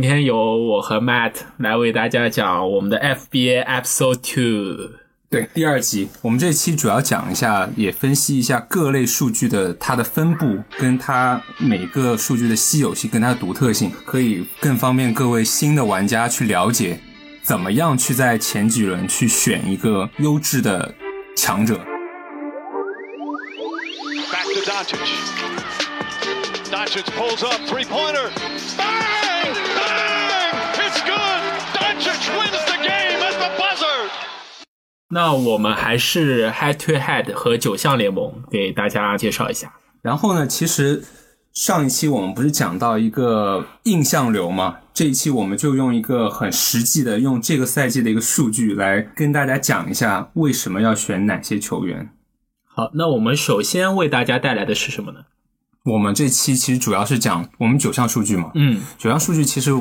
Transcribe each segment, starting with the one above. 今天由我和 Matt 来为大家讲我们的 FBA Episode Two。对，第二集，我们这期主要讲一下，也分析一下各类数据的它的分布，跟它每个数据的稀有性跟它的独特性，可以更方便各位新的玩家去了解，怎么样去在前几轮去选一个优质的强者。 Back to Doncic. Doncic pulls up three pointer. Bang! Bang! It's good. Doncic wins the game at the buzzer. 那我们还是 Head to Head 和九项联盟给大家介绍一下。然后呢，其实上一期我们不是讲到一个印象流嘛？这一期我们就用一个很实际的，用这个赛季的一个数据来跟大家讲一下为什么要选哪些球员。好，那我们首先为大家带来的是什么呢？我们这期其实主要是讲我们九项数据嘛，嗯，九项数据其实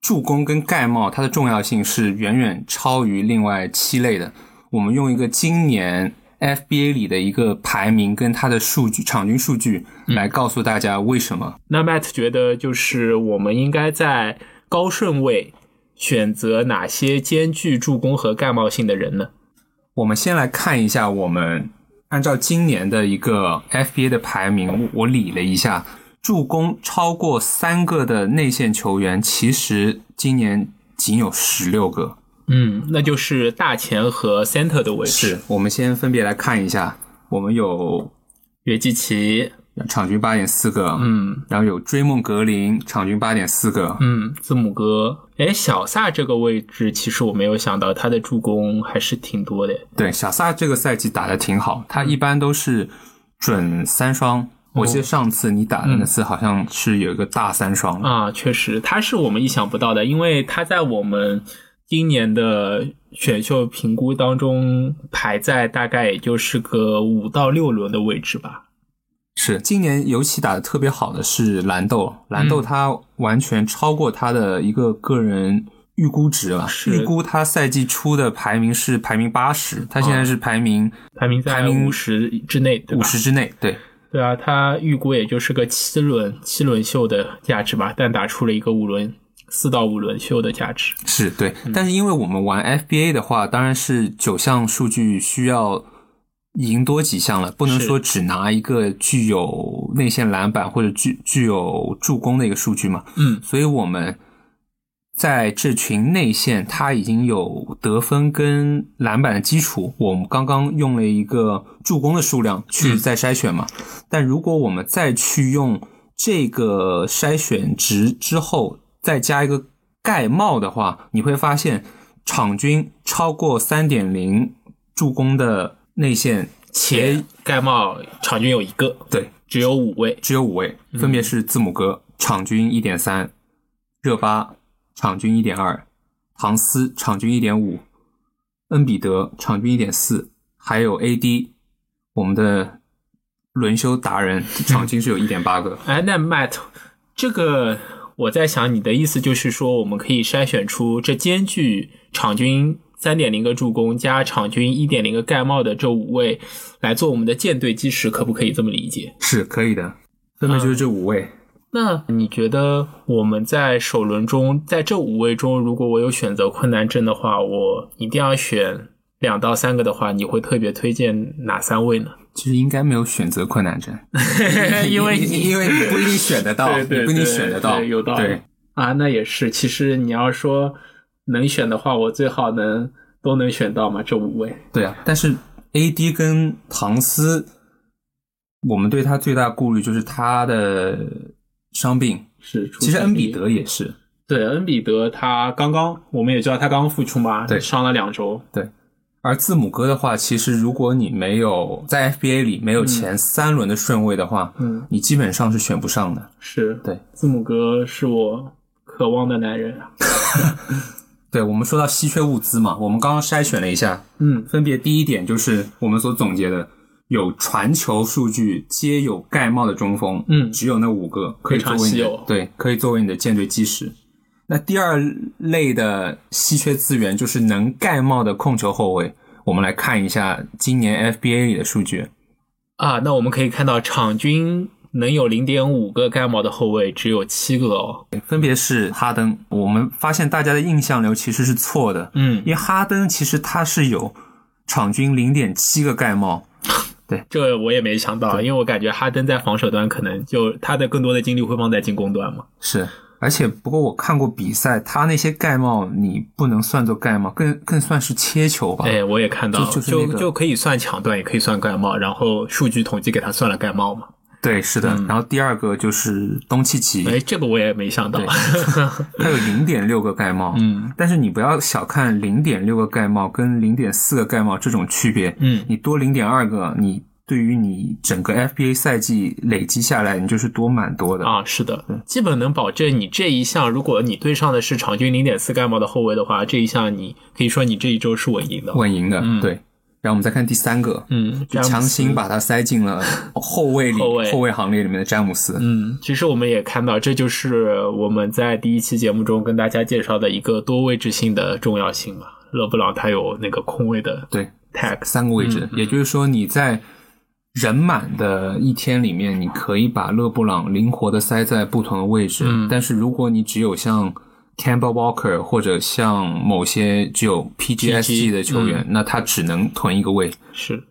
助攻跟盖帽它的重要性是远远超于另外七类的。我们用一个今年 FBA 里的一个排名跟它的数据场均数据来告诉大家为什么。那 Matt 觉得就是我们应该在高顺位选择哪些兼具助攻和盖帽性的人呢？我们先来看一下，我们按照今年的一个 FBA 的排名，我理了一下，助攻超过三个的内线球员，其实今年仅有十六个。嗯，那就是大前和 center 的位置，我们先分别来看一下，我们有约基奇，场均八点四个，嗯，然后有追梦格林，场均八点四个，嗯，字母哥，哎，小萨这个位置其实我没有想到他的助攻还是挺多的，对，小萨这个赛季打的挺好，嗯他一般都是准三双。我哦记得上次你打的那次好像是有一个大三双，啊，确实，他是我们意想不到的，因为他在我们今年的选秀评估当中排在大概也就是个五到六轮的位置吧。是今年尤其打的特别好的是蓝豆，蓝嗯豆他完全超过他的一个个人预估值了。是预估他赛季初的排名是排名八十，他现在是排名排名在排名五十之内，啊对五吧？十之内。对，对啊，他预估也就是个七轮七轮秀的价值吧，但打出了一个五轮四到五轮秀的价值。是对。嗯但是因为我们玩 FBA 的话，当然是九项数据需要赢多几项了，不能是说只拿一个具有内线篮板或者具具有助攻的一个数据嘛。嗯所以我们在这群内线，他已经有得分跟篮板的基础。我们刚刚用了一个助攻的数量去再筛选嘛，但如果我们再去用这个筛选值之后，再加一个盖帽的话，你会发现场均超过三点零助攻的内线且盖帽场均有一个，对，只有五位。只有五位，分嗯别是字母哥场均一点三，热巴场均一点二，唐斯场均一点五，恩比德场均一点四，还有 AD，我们的轮休达人场均是有一点 八个。哎，那 Matt，这个我在想，你的意思就是说，我们可以筛选出这兼具场均三点零个助攻加场均一点零个盖帽的这五位来做我们的舰队基石，可不可以这么理解？是可以的，分别嗯就是这五位。那你觉得我们在首轮中，在这五位中，如果我有选择困难症的话，我一定要选两到三个的话，你会特别推荐哪三位呢？其实应该没有选择困难症， 因为你 因为你不一定选得到， 对对你不一定选得到，对有道理对啊。那也是，其实你要说能选的话，我最好能都能选到嘛，这五位。对啊，但是 AD 跟唐斯，我们对他最大顾虑就是他的伤病。是，其实恩比德也是，对恩比德，他刚刚我们也知道他刚刚复出嘛，对伤了两周，而字母哥的话，其实如果你没有在 FBA 里没有前三轮的顺位的话，嗯，你基本上是选不上的。是对。字母哥是我渴望的男人啊，对我们说到稀缺物资嘛，我们刚刚筛选了一下，嗯分别第一点就是我们所总结的，有传球数据皆有盖帽的中锋，嗯只有那五个可以作非为常稀你有的对，可以作为你的舰队基石。那第二类的稀缺资源就是能盖帽的控球后卫。我们来看一下今年 FBA 里的数据，啊，那我们可以看到场均能有零点五个盖帽的后卫只有七个哦。分别是哈登。我们发现大家的印象流其实是错的，嗯因，为哈登其实他是有场均零点七个盖帽，这我也没想到，因为我感觉哈登在防守端可能就他的更多的精力会放在进攻端嘛。是。而且，不过我看过比赛，他那些盖帽你不能算作盖帽，更更算是切球吧。哎，我也看到了，就就是那个就可以算抢断，也可以算盖帽，然后数据统计给他算了盖帽嘛。对，是的。然后第二个就是东契奇，嗯哎，这个我也没想到。 它有零点六个盖帽，嗯，但是你不要小看零点六个盖帽跟零点四个盖帽这种区别，嗯你多零点二个，你对于你整个 FBA 赛季累积下来，你就是多蛮多的。啊，是的，基本能保证你这一项，如果你对上的是场均零点四盖帽的后卫的话，这一项你可以说你这一周是稳赢的。稳赢的，对。然后我们再看第三个，嗯，就詹姆斯强行把它塞进了后卫里后卫后卫行列里面的詹姆斯，嗯，其实我们也看到，这就是我们在第一期节目中跟大家介绍的一个多位置性的重要性嘛。勒布朗他有那个空位的对， tag，三个位嗯置，也就是说你在人满的一天里面，你可以把勒布朗灵活的塞在不同的位置。嗯但是如果你只有像 Campbell Walker 或者像某些只有 PGSG 的球嗯员，那他只能囤一个位。是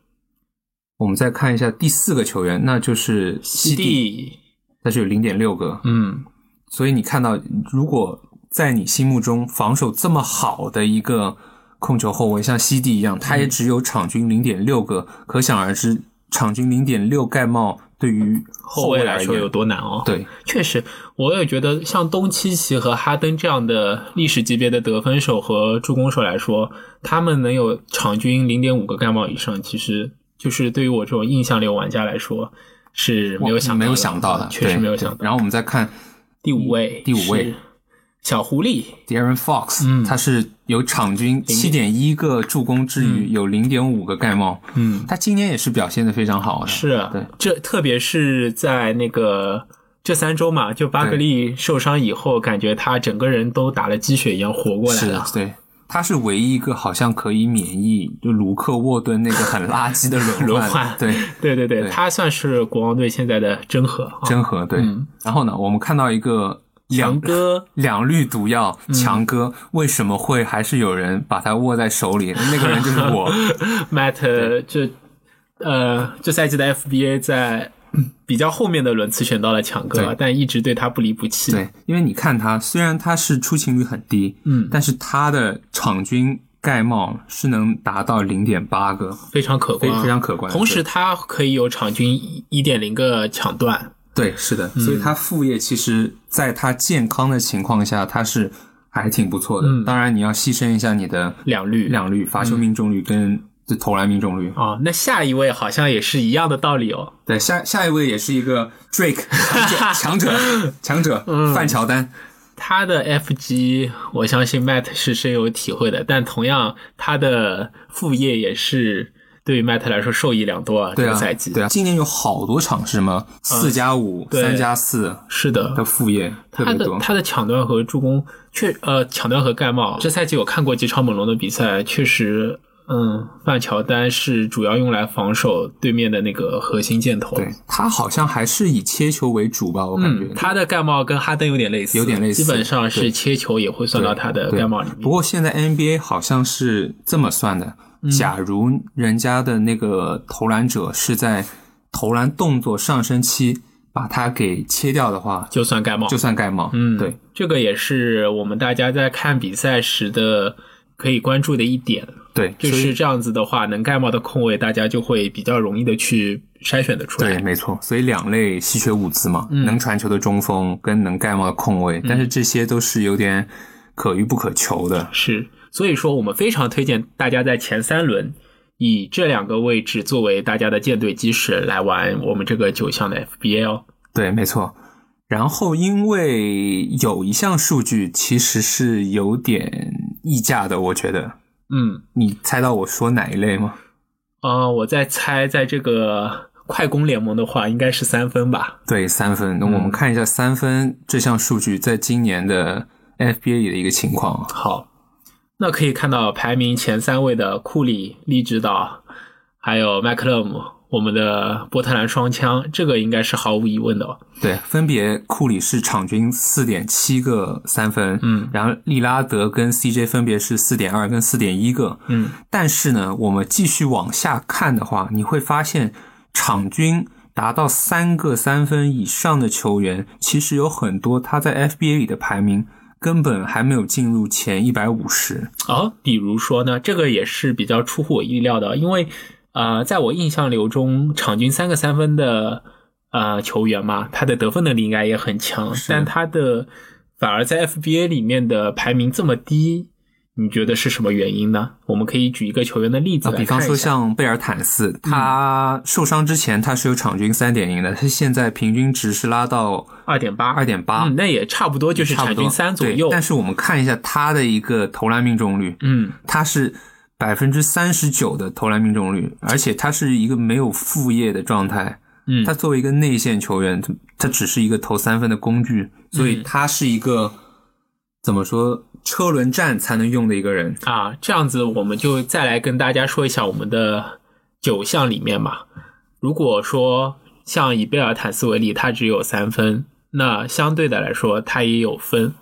我们再看一下第四个球员，那就是西蒂，地，他是有零点六个。嗯，所以你看到，如果在你心目中防守这么好的一个控球后卫，像西蒂一样，他嗯也只有场均零点六个，可想而知，场均零点六盖帽对于后卫卫来说而言有多难哦？对确实，我也觉得像东契奇和哈登这样的历史级别的得分手和助攻手来说，他们能有场均零点五个盖帽以上，其实就是对于我这种印象流玩家来说是没有想到的没有想到的，确实对没有想对到。然后我们再看第五位，第五位，小狐狸， Darren Fox，、他嗯是有场均七点一个助攻之余，有零点五个盖帽。嗯，他今年也是表现的非常好的，啊是啊对这特别是在那个。这三周嘛，就巴格利受伤以后，感觉他整个人都打了鸡血一样活过来是啊了。对，他是唯一一个好像可以免疫就卢克沃顿那个很垃圾的 轮轮换对，对对对，对他算是国王队现在的真核啊。真和对。然后呢，我们看到一个强两哥嗯两绿毒药强哥，为什么会还是有人把他握在手里？那个人就是 我， Matt 这呃这赛季的 FBA 在嗯比较后面的轮次选到了强哥，啊对但一直对他不离不弃。对，因为你看他，虽然他是出勤率很低，嗯但是他的场均盖帽是能达到零点八个，非常可观，非非常可观同时，他可以有场均一点零个抢断，对，是的，嗯所以他副业其实在他健康的情况下，他是还挺不错的。嗯当然，你要牺牲一下你的两绿两率、罚球命中率跟这投篮命中率。啊、那下一位好像也是一样的道理哦。对，下下一位也是一个 Drake 强者，强者，嗯强者，范乔丹。他的 FG，我相信 Matt 是深有体会的，但同样他的副业也是对于 Matt 来说受益良多啊。对这啊个赛季，，嗯对啊，今年有好多场是什么四加五、对三加四是的，的副业特他别的多。他的抢断和助攻确呃抢断和盖帽，这赛季我看过几场猛龙的比赛，确实，嗯，范乔丹是主要用来防守对面的那个核心箭头。对他好像还是以切球为主吧，我感觉。嗯，他的盖帽跟哈登有点类似，有点类似基本上对是切球也会算到他的对盖帽里不面。过现在 NBA 好像是这么算的：嗯假如人家的那个投篮者是在投篮动作上升期把它给切掉的话，就算盖帽，就算盖帽。嗯，对，，这个也是我们大家在看比赛时的可以关注的一点，对，就所以是这样子的话，能盖帽的空位，大家就会比较容易的去筛选的出来。对，没错。所以两类稀缺物资嘛，嗯能传球的中锋跟能盖帽的控卫，但是这些都是有点可遇不可求的。是，所以说我们非常推荐大家在前三轮以这两个位置作为大家的舰队基石来玩我们这个九项的 FBA 哦。对，没错。然后，因为有一项数据其实是有点溢价的，我觉得嗯，你猜到我说哪一类吗？啊、我在猜，在这个快攻联盟的话，应该是三分吧？对，三分。那我嗯们看一下三分这项数据在今年的 FBA 里的一个情况啊。好，那可以看到排名前三位的库里、利指导，还有麦克勒姆。我们的波特兰双枪，这个应该是毫无疑问的哦吧？对，分别库里是场均四点七个三分，嗯然后利拉德跟 CJ 分别是四点二跟四点一个，嗯，但是呢，我们继续往下看的话，你会发现场均达到三个三分以上的球员，其实有很多他在 FBA 里的排名根本还没有进入前一百五十，哦，比如说呢，这个也是比较出乎我意料的，因为呃，在我印象流中，场均三个三分的呃球员嘛，他的得分能力应该也很强，是但他的反而在 FBA 里面的排名这么低，你觉得是什么原因呢？我们可以举一个球员的例子啊，来看比一下，嗯方说像贝尔坦斯，他受伤之前他是有场均三点零的，他现在平均值是拉到二点八，二点八嗯，，那也差不多就是差不场均多三左对右，但是我们看一下他的一个投篮命中率，嗯，他是百分之三十九的投篮命中率，而且他是一个没有副业的状态。嗯他作为一个内线球员，他他只是一个投三分的工具，嗯所以他是一个、怎么说车轮战才能用的一个人。啊，这样子我们就再来跟大家说一下我们的九项里面嘛。如果说像以贝尔坦斯为例，他只有三分，那相对的来说他也有分。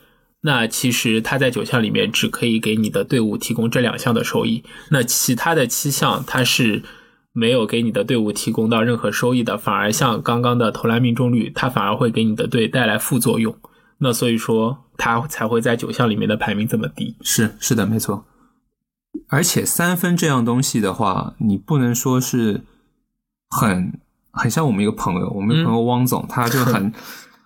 那其实他在九项里面只可以给你的队伍提供这两项的收益，那其他的七项他是没有给你的队伍提供到任何收益的，反而像刚刚的投篮命中率，它反而会给你的队带来副作用。那所以说，他才会在九项里面的排名这么低。是是的，没错。而且三分这样东西的话，你不能说是很很像我们一个朋友，我们嗯一个朋友汪总，他就 很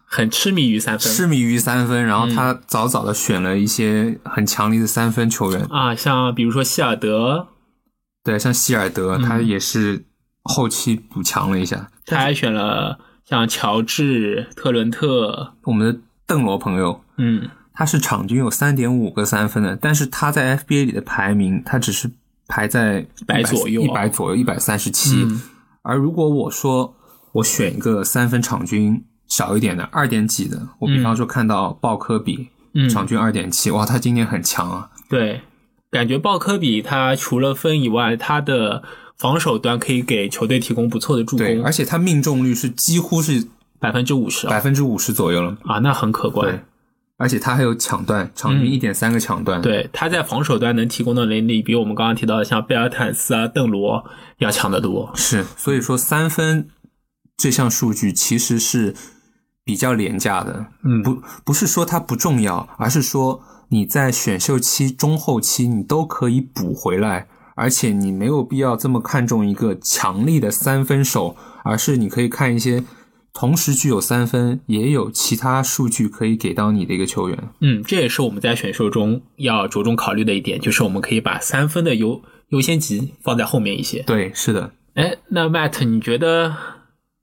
很痴迷于三分，痴迷于三分，嗯然后他早早的选了一些很强力的三分球员，啊，像比如说希尔德，对，像希尔德，他嗯也是后期补强了一下。他还选了像乔治、特伦特，我们的邓罗朋友，嗯，他是场均有三点五个三分的，但是他在 FBA 里的排名，他只是排在100左右啊一百左右，一百三十七嗯。而如果我说我选一个三分场均少一点的，二点几的，我比方说看到鲍科比，嗯场均二点七，哇，他今年很强啊。对，感觉鲍科比他除了分以外，他的防守端可以给球队提供不错的助对，攻而，且他命中率是几乎是百分之五十哦百分之五十左右了。啊，那很可对观。，而且他还有抢断，场均一点三个抢嗯断。，对，他在防守端能提供的能力比我们刚刚提到的像贝尔坦斯啊、邓罗要强得多。是，所以说三分这项数据其实是比较廉价的，嗯不不是说它不重要，而是说你在选秀期中后期你都可以补回来，而且你没有必要这么看重一个强力的三分手，而是你可以看一些同时具有三分也有其他数据可以给到你的一个球员。嗯，这也是我们在选秀中要着重考虑的一点，就是我们可以把三分的优优先级放在后面一些。对，是的，哎，那 Matt，你觉得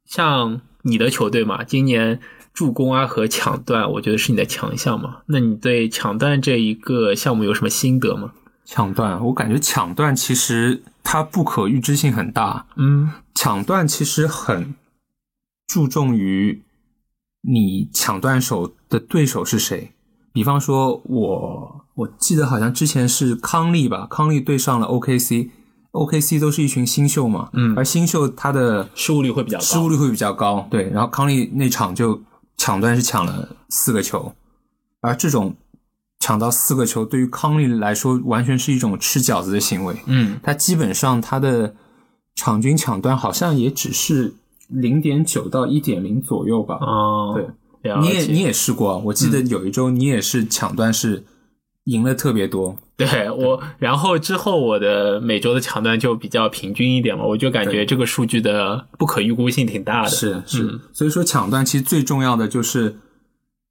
像你的球队嘛，今年助攻啊和抢断，我觉得是你的强项嘛？那你对抢断这一个项目有什么心得吗？抢断，我感觉抢断其实它不可预知性很大。嗯抢断其实很注重于你抢断手的对手是谁。比方说我我记得好像之前是康利吧，康利对上了 OKC，OKC 都是一群新秀嘛，嗯而新秀他的失误率会比较高失误率会比较高，对。然后康利那场就抢断是抢了四个球，而这种抢到四个球对于康利来说完全是一种吃饺子的行为，嗯他基本上他的场均抢断好像也只是零点九到一点零左右吧。哦，对，了你解，嗯也你也试过啊，我记得有一周你也是抢断是赢了特别多。对我，然后之后我的每周的抢断就比较平均一点嘛，我就感觉这个数据的不可预估性挺大的。是是，所以说抢断其实最重要的就是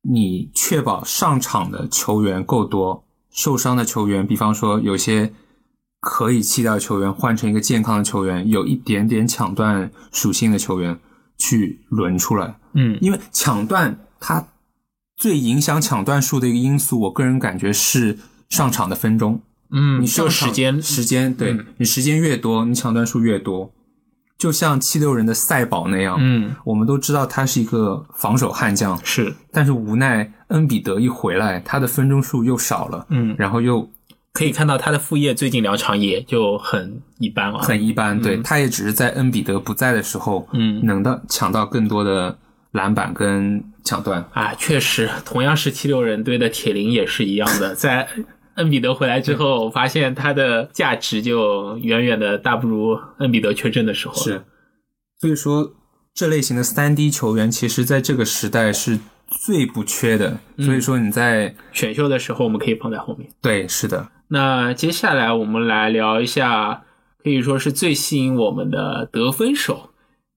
你确保上场的球员够多，受伤的球员，比方说有些可以弃掉的球员换成一个健康的球员，有一点点抢断属性的球员去轮出来。嗯因为抢断它最影响抢断数的一个因素，我个人感觉是上场的分钟。嗯，你上就场时间时间，对、嗯你时间越多，你抢断数越多。就像七六人的赛宝那样，嗯我们都知道他是一个防守悍将，是但是无奈恩比德一回来，他的分钟数又少了，嗯然后又可以看到他的副业最近两场也就很一般了。很一般。对，他也只是在恩比德不在的时候，嗯能到抢到更多的篮板跟抢断。啊，确实，同样是七六人队的铁林也是一样的，在 恩比德回来之后，我发现他的价值就远远的大不如恩比德缺阵的时候。，，所以说这类型的三 D 球员，其实在这个时代是最不缺的。所以说你在选秀的时候我们可以放在后面。对，是的，那接下来我们来聊一下，可以说是最吸引我们的得分手，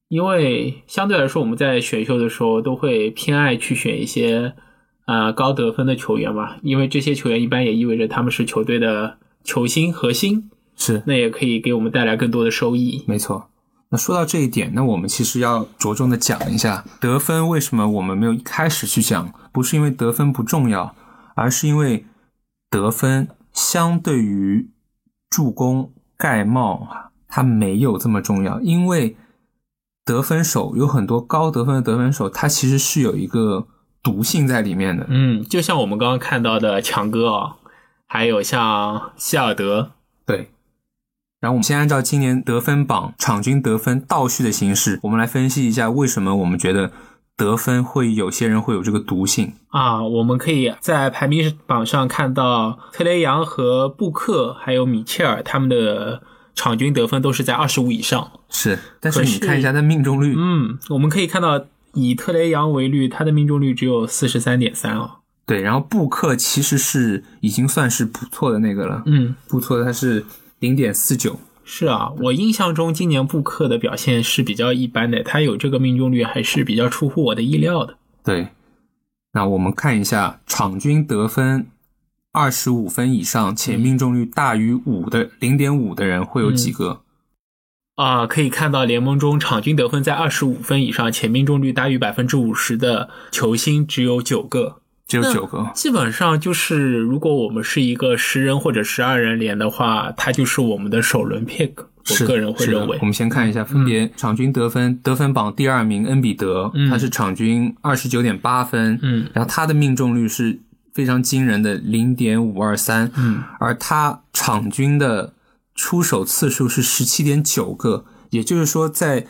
因为相对来说我们在选秀的时候都会偏爱去选一些呃高得分的球员嘛，因为这些球员一般也意味着他们是球队的球星核心，是那也可以给我们带来更多的收益。没错。那说到这一点，那我们其实要着重的讲一下得分为什么我们没有一开始去讲，不是因为得分不重要，而是因为得分相对于助攻、盖帽啊，它没有这么重要，因为得分手有很多高得分的得分手，它其实是有一个毒性在里面的。嗯，就像我们刚刚看到的强哥啊、还有像希尔德，对。然后我们先按照今年得分榜场均得分倒序的形式，我们来分析一下为什么我们觉得得分会有些人会有这个毒性。啊，我们可以在排名榜上看到特雷杨和布克，还有米切尔他们的场均得分都是在二十五以上。是，但是可你是看一下他命中率，嗯，我们可以看到，以特雷杨为例，他的命中率只有四十三点三哦。对，然后布克其实是已经算是不错的那个了，嗯，不错的他是零点四九，是啊，我印象中今年布克的表现是比较一般的，他有这个命中率还是比较出乎我的意料的。对，那我们看一下场均得分二十五分以上嗯且命中率大于五的零点五的人会有几嗯个？啊、可以看到联盟中场均得分在二十五分以上且命中率大于百分之五十的球星只有九个。只有那九个。基本上就是，如果我们是一个十人或者十二人连的话，它就是我们的首轮 pick。是我个人会是的认为我，们先看一下分别场均得分，得分榜第二名恩比德，嗯他是场均二十九点八分，嗯然后他的命中率是非常惊人的零点五二三，嗯，而他场均的出手次数是十七点九个，也就是说在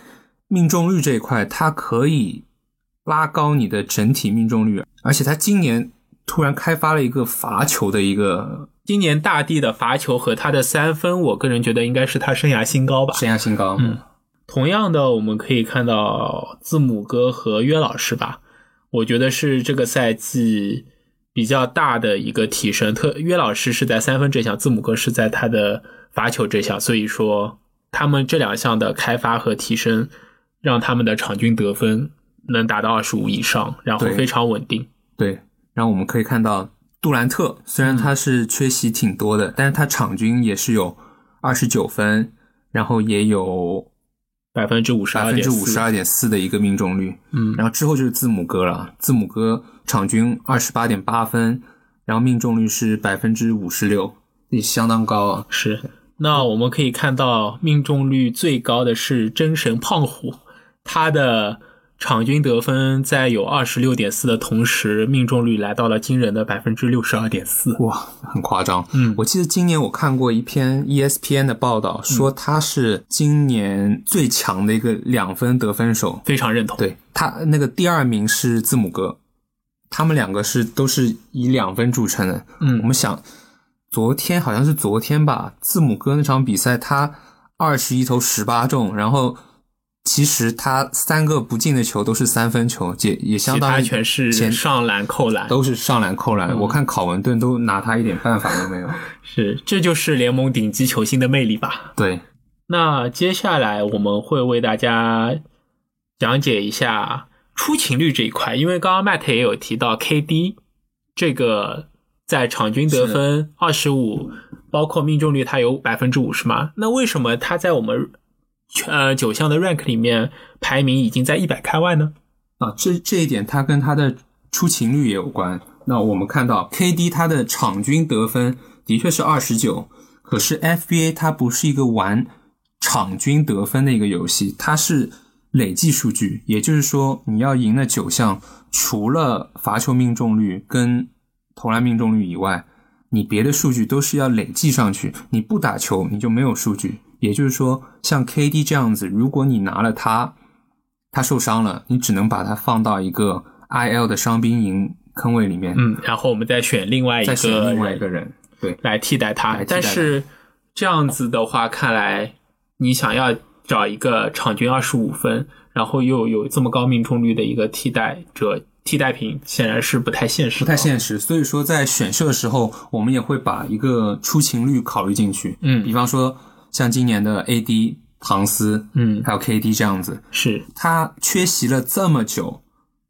命中率这一块，他可以拉高你的整体命中率，而且他今年突然开发了一个罚球的一个今年大帝的罚球和他的三分，我个人觉得应该是他生涯新高吧。生涯新高，嗯同样的，我们可以看到字母哥和约老师吧，我觉得是这个赛季比较大的一个提升。特约老师是在三分这项，字母哥是在他的罚球这项，所以说他们这两项的开发和提升，让他们的场均得分能达到二十五以上，然后对非常稳定。对，然后我们可以看到杜兰特，虽嗯然他是缺席挺多的，但是他场均也是有二十九分，然后也有百分之五十百二分点之五十四，二点四的一个命中率。嗯然后之后就是字母哥了，字母哥场均二十八点八分，然后命中率是百分之五十六，也相当高啊。是。那我们可以看到，命中率最高的是真神胖虎，他的场均得分在有二十六点四的同时，命中率来到了惊人的百分之六十二点四。哇，很夸张。嗯我记得今年我看过一篇 E ESPN 的报道，嗯说他是今年最强的一个两分得分手。非常认同。对他那个第二名是字母哥，他们两个是都是以两分著称的。嗯我们想，昨天好像是昨天吧，字母哥那场比赛他二十一投十八中，然后其实他三个不进的球都是三分球，也也相其当他于全是前上篮、扣篮，嗯都是上篮扣篮。我看考文顿都拿他一点办法都没 有。是这就是联盟顶级球星的魅力吧。对，那接下来我们会为大家讲解一下出勤率这一块，因为刚刚 Matt 也有提到 KD 这个在场均得分二十五，包括命中率它有百分之五十嘛？那为什么它在我们呃九项的 rank 里面排名已经在一百开外呢？啊，这这一点它跟它的出勤率也有关。那我们看到 KD 它的场均得分的确是二十九，可是 FBA 它不是一个玩场均得分的一个游戏，它是累计数据，也就是说你要赢了九项，除了罚球命中率跟投篮命中率以外，你别的数据都是要累计上去，你不打球你就没有数据。也就是说，像 KD 这样子，如果你拿了他，他受伤了，你只能把他放到一个 IL 的伤兵营坑位里面，嗯，然后我们再选另外一再个选另外一人个人。对，来替代他。来替代但他是这样子的话，看来你想要找一个场均二十五分，然后又有这么高命中率的一个替代者、替代品，显然是不太现实不的。太现实。所以说，在选秀的时候，我们也会把一个出勤率考虑进去。嗯比方说像今年的 AD、唐斯，嗯还有 KD 这样子，是，他缺席了这么久，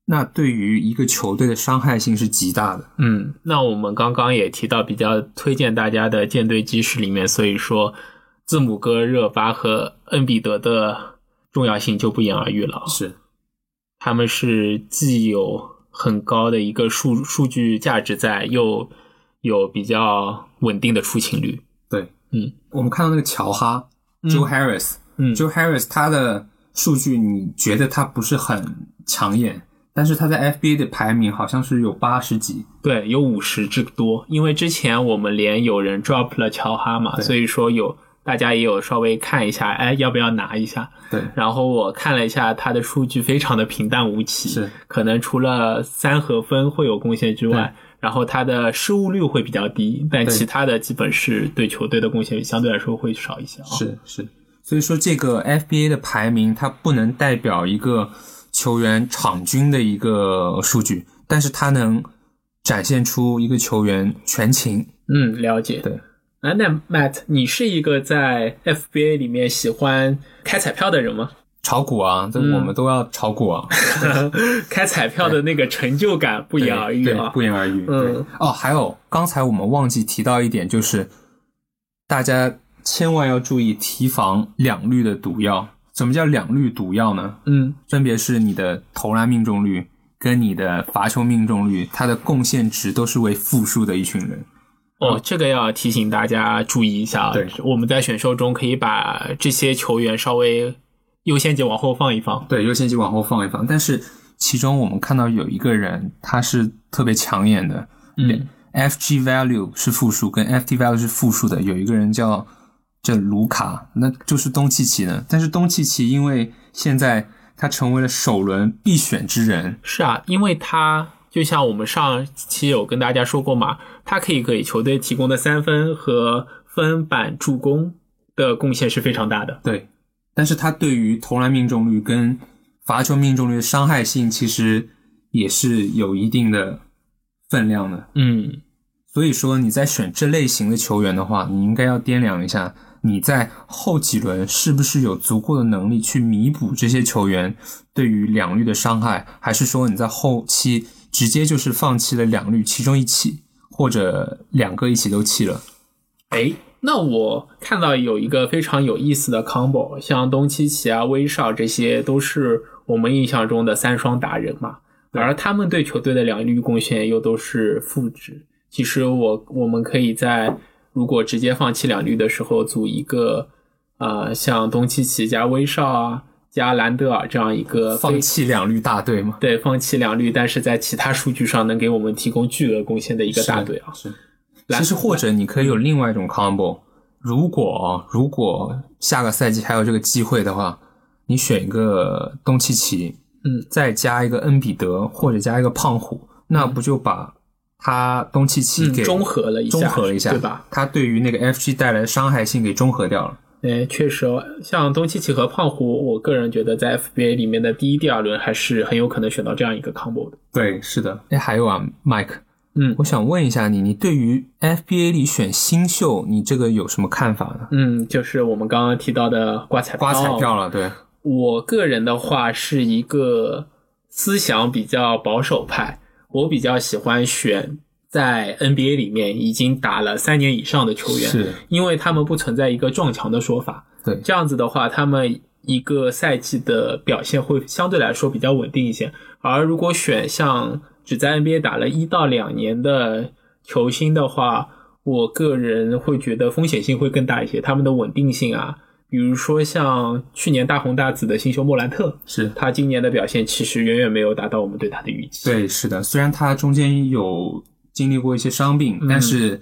那对于一个球队的伤害性是极大的。嗯，那我们刚刚也提到，比较推荐大家的舰队基石里面，所以说字母哥、热巴和恩比德的重要性就不言而喻了。是，他们是既有很高的一个数数据价值在，又有比较稳定的出勤率。对，嗯，我们看到那个乔哈、Joe Harris，嗯 Joe Harris 他的数据你觉得他不是很抢眼，但是他在 FBA 的排名好像是有八十几，对，有五十之多。因为之前我们连有人 drop 了乔哈嘛，对所以说有大家也有稍微看一下，哎，要不要拿一下？对，然后我看了一下他的数据，非常的平淡无奇，是可能除了三和分会有贡献之外，然后他的失误率会比较低，但对其他的基本是对球队的贡献相对来说会少一些啊。是是，所以说这个 FBA 的排名它不能代表一个球员场均的一个数据，但是它能展现出一个球员全勤。嗯，了解。对，啊，那 Matt，你是一个在 FBA 里面喜欢开彩票的人 吗？炒股啊，嗯这我们都要炒股啊，开彩票的那个成就感不不言而喻啊。不言而喻。对嗯哦，还有刚才我们忘记提到一点，就是大家千万要注意提防两率的毒药。什么叫两率毒药呢？嗯分别是你的投篮命中率跟你的罚球命中率，它的贡献值都是为负数的一群人。哦，这个要提醒大家注意一下啊嗯对！我们在选秀中可以把这些球员稍微优先级往后放一放。对，优先级往后放一放。但是其中我们看到有一个人，他是特别抢眼的，嗯 FG value 是负数，跟 FT value 是负数的。有一个人叫叫卢卡，那就是东契奇呢。但是东契奇因为现在他成为了首轮必选之人，是啊，因为他就像我们上期有跟大家说过嘛，他可以给球队提供的三分和分板助攻的贡献是非常大的。对，但是他对于投篮命中率跟罚球命中率的伤害性，其实也是有一定的分量的。嗯，所以说，你在选这类型的球员的话，你应该要掂量一下，你在后几轮是不是有足够的能力去弥补这些球员对于两率的伤害，还是说你在后期直接就是放弃了两率其中一起，或者两个一起都弃了？哎，那我看到有一个非常有意思的 combo，像东契奇啊、威少这些都是我们印象中的三双达人嘛，而他们对球队的两率贡献又都是负值。其实我我们可以在如果直接放弃两率的时候，组一个呃，像东契奇加威少啊、加兰德尔这样一个放呃非弃两率大队吗？对放弃两率，但是在其他数据上能给我们提供巨额贡献的一个大队啊。是。来其实或者你可以有另外一种 combo，如果如果下个赛季还有这个机会的话，你选一个东契奇，嗯，再加一个恩比德或者加一个胖虎，那不就把他东契奇嗯，给中和了一下，中和了一下，对吧？？他对于那个 FG 带来的伤害性给中和掉了。哎，确实哦，像东契奇和胖虎，我个人觉得在 FBA 里面的第一、第二轮还是很有可能选到这样一个 combo 的。对，是的。哎，还有啊，Mike，嗯我想问一下你，你对于 FBA 里选新秀，你这个有什么看法呢？嗯，就是我们刚刚提到的刮彩刮彩哦票了，对，我个人的话是一个思想比较保守派，我比较喜欢选在 NBA 里面已经打了三年以上的球员，是，因为他们不存在一个撞墙的说法。对，这样子的话，他们一个赛季的表现会相对来说比较稳定一些。而如果选像只在 NBA 打了一到两年的球星的话，我个人会觉得风险性会更大一些，他们的稳定性啊，比如说像去年大红大紫的新秀莫兰特，是。他今年的表现其实远远没有达到我们对他的预期。，嗯对，是的，虽然他中间有经历过一些伤病，但是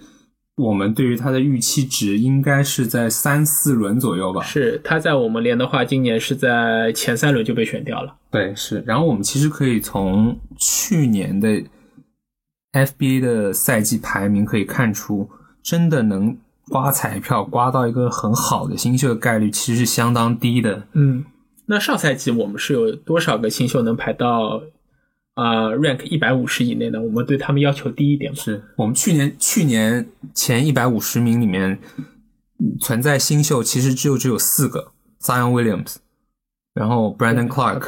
我们对于他的预期值应该是在三四轮左右吧？是他在我们联的话，今年是在前三轮就被选掉了。对，是。然后我们其实可以从去年的 FBA 的赛季排名可以看出，真的能刮彩票刮到一个很好的新秀的概率其实是相当低的。嗯，那上赛季我们是有多少个新秀能排到啊、呃 rank 一百五十以内呢？我们对他们要求低一点嘛？是我们去年去年前一百五十名里面嗯存在新秀，其实就只有四个：Zion Williams，然后 Brandon Clark、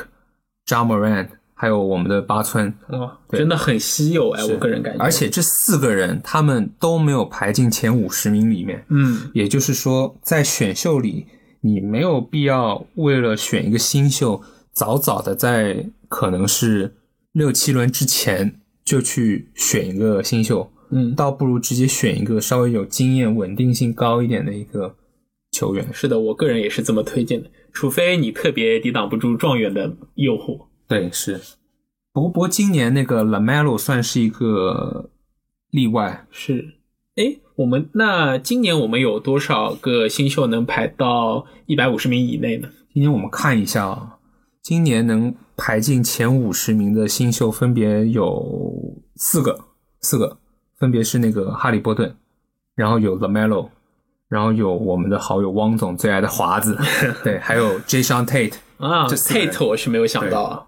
Ja Morant，还有我们的八村。哦，对真的很稀有哎，是我个人感觉。而，且这四个人他们都没有排进前五十名里面，嗯，也就是说，在选秀里你没有必要为了选一个新秀，早早的在可能是六七轮之前就去选一个新秀，嗯倒不如直接选一个稍微有经验、稳定性高一点的一个球员。是的，我个人也是这么推荐的，除非你特别抵挡不住状元的诱惑。对，是。不过，不过今年那个 Lamelo 算是一个例外，是，哎，我们那今年我们有多少个新秀能排到一百五十名以内呢？今天我们看一下啊，今年能排进前五十名的新秀分别有四个，四个分别是那个哈利波顿，然后有 Lamelo，然后有我们的好友汪总最爱的华子， 对，还有 Jason Tate。啊这四个人，Tate 我是没有想到啊。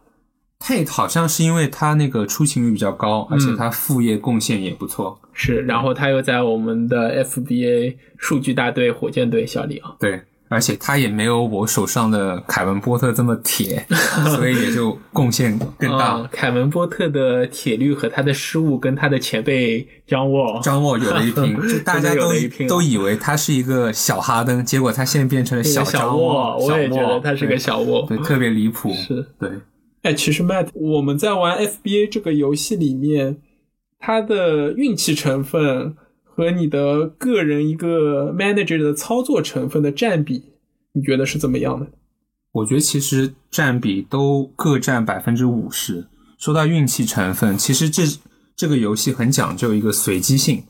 Tate 好像是因为他那个出勤率比较高，而且他副业贡献也不错。是，然后他又在我们的 FBA 数据大队火箭队效力啊。对，而且他也没有我手上的凯文波特这么铁，所以也就贡献更大。啊，凯文波特的铁律和他的失误跟他的前辈张沃，张沃有的一拼，就 大家真的有都的一拼啊都以为他是一个小哈登，结果他现在变成了那个张沃，沃，小我也觉得他是个对小沃。对，特别离谱，是对，哎，其实 Matt，我们在玩 FBA 这个游戏里面，它的运气成分和你的个人一个 manager 的操作成分的占比，你觉得是怎么样的？我觉得其实占比都各占百分之五十。说到运气成分，其实这这个游戏很讲究一个随机性。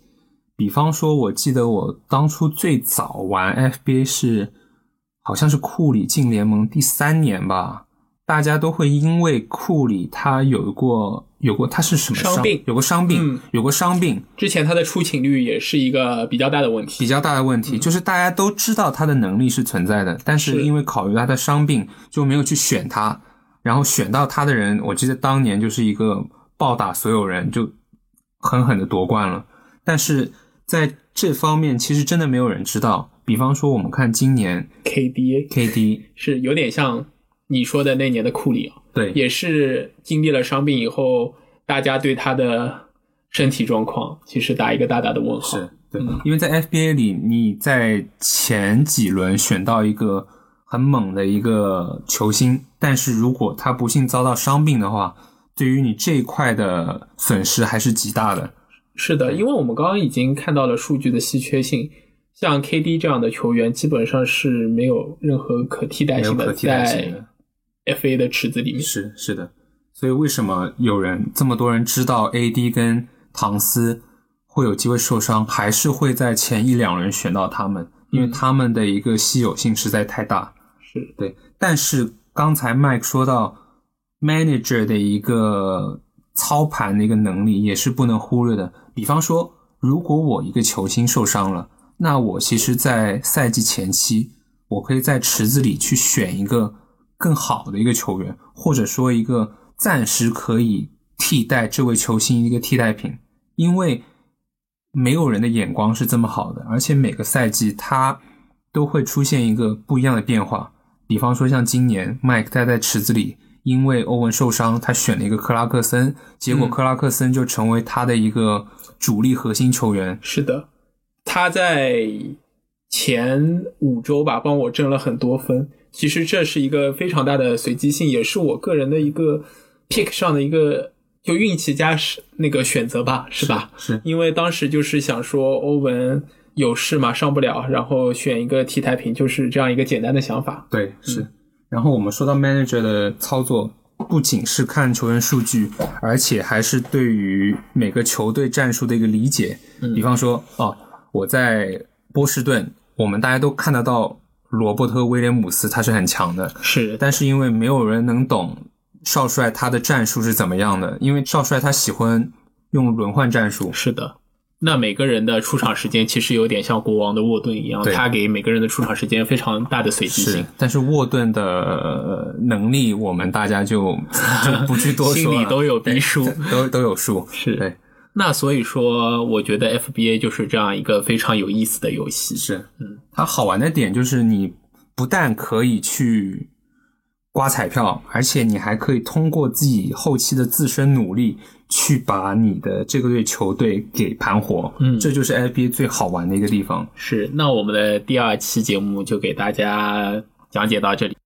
比方说，我记得我当初最早玩 FBA 是，好像是库里进联盟第三年吧，大家都会因为库里他有过有过他是什么伤病有过伤病，嗯有过伤病，之前他的出勤率也是一个比较大的问比题。较大的问题，就是大家都知道他的能力是存在的，但是是因为考虑到他的伤病，就没有去选他。然后选到他的人，我记得当年就是一个暴打所有人，就狠狠的夺冠了。但是在这方面，其实真的没有人知道。比方说，我们看今年 KD KD，是有点像你说的那年的库里啊，对，也是经历了伤病以后，大家对他的身体状况其实打一个大大的问号。是对，嗯因为在 FBA 里，你在前几轮选到一个很猛的一个球星，但是如果他不幸遭到伤病的话，对于你这一块的损失还是极大的。是的，因为我们刚刚已经看到了数据的稀缺性，像 KD 这样的球员基本上是没有任何可替代性没有的，可替代在性的 FA 的池子里面。是是的，所以为什么有人这么多人知道 AD 跟唐斯会有机会受伤，还是会在前一两轮选到他们？因为嗯他们的一个稀有性实在太大。是对，但是刚才 Mike 说到 manager 的一个操盘的一个能力也是不能忽略的。比方说，如果我一个球星受伤了，那我其实，在赛季前期，我可以在池子里去选一个更好的一个球员，或者说一个暂时可以替代这位球星一个替代品，因为没有人的眼光是这么好的，而且每个赛季他都会出现一个不一样的变化。比方说像今年麦克他在池子里，因为欧文受伤，他选了一个克拉克森，结果嗯克拉克森就成为他的一个主力核心球员。是的，他在前五周吧，帮我挣了很多分。其实这是一个非常大的随机性，也是我个人的一个 pick 上的一个就运气加是那个选择吧，是吧？是因为当时就是想说欧文有事嘛，上不了，然后选一个替代品，就是这样一个简单的想法。对，是。然后我们说到 manager 的操作，不仅是看球员数据，嗯而且还是对于每个球队战术的一个理解。比方说，哦，我在波士顿，我们大家都看得到罗伯特·威廉姆斯他是很强的，是，但是因为没有人能懂少帅他的战术是怎么样的，因为少帅他喜欢用轮换战术，是的。那每个人的出场时间其实有点像国王的沃顿一样，对他给每个人的出场时间非常大的随机性是。，但是沃顿的呃能力我们大家就就不去多说 了，心里都有逼对数对 都都有数，是对，那所以说，我觉得 FBA 就是这样一个非常有意思的游戏。是，嗯，它好玩的点就是你不但可以去刮彩票，而且你还可以通过自己后期的自身努力去把你的这个队球队给盘活，嗯这就是 NBA 最好玩的一个地方。是，那我们的第二期节目就给大家讲解到这里。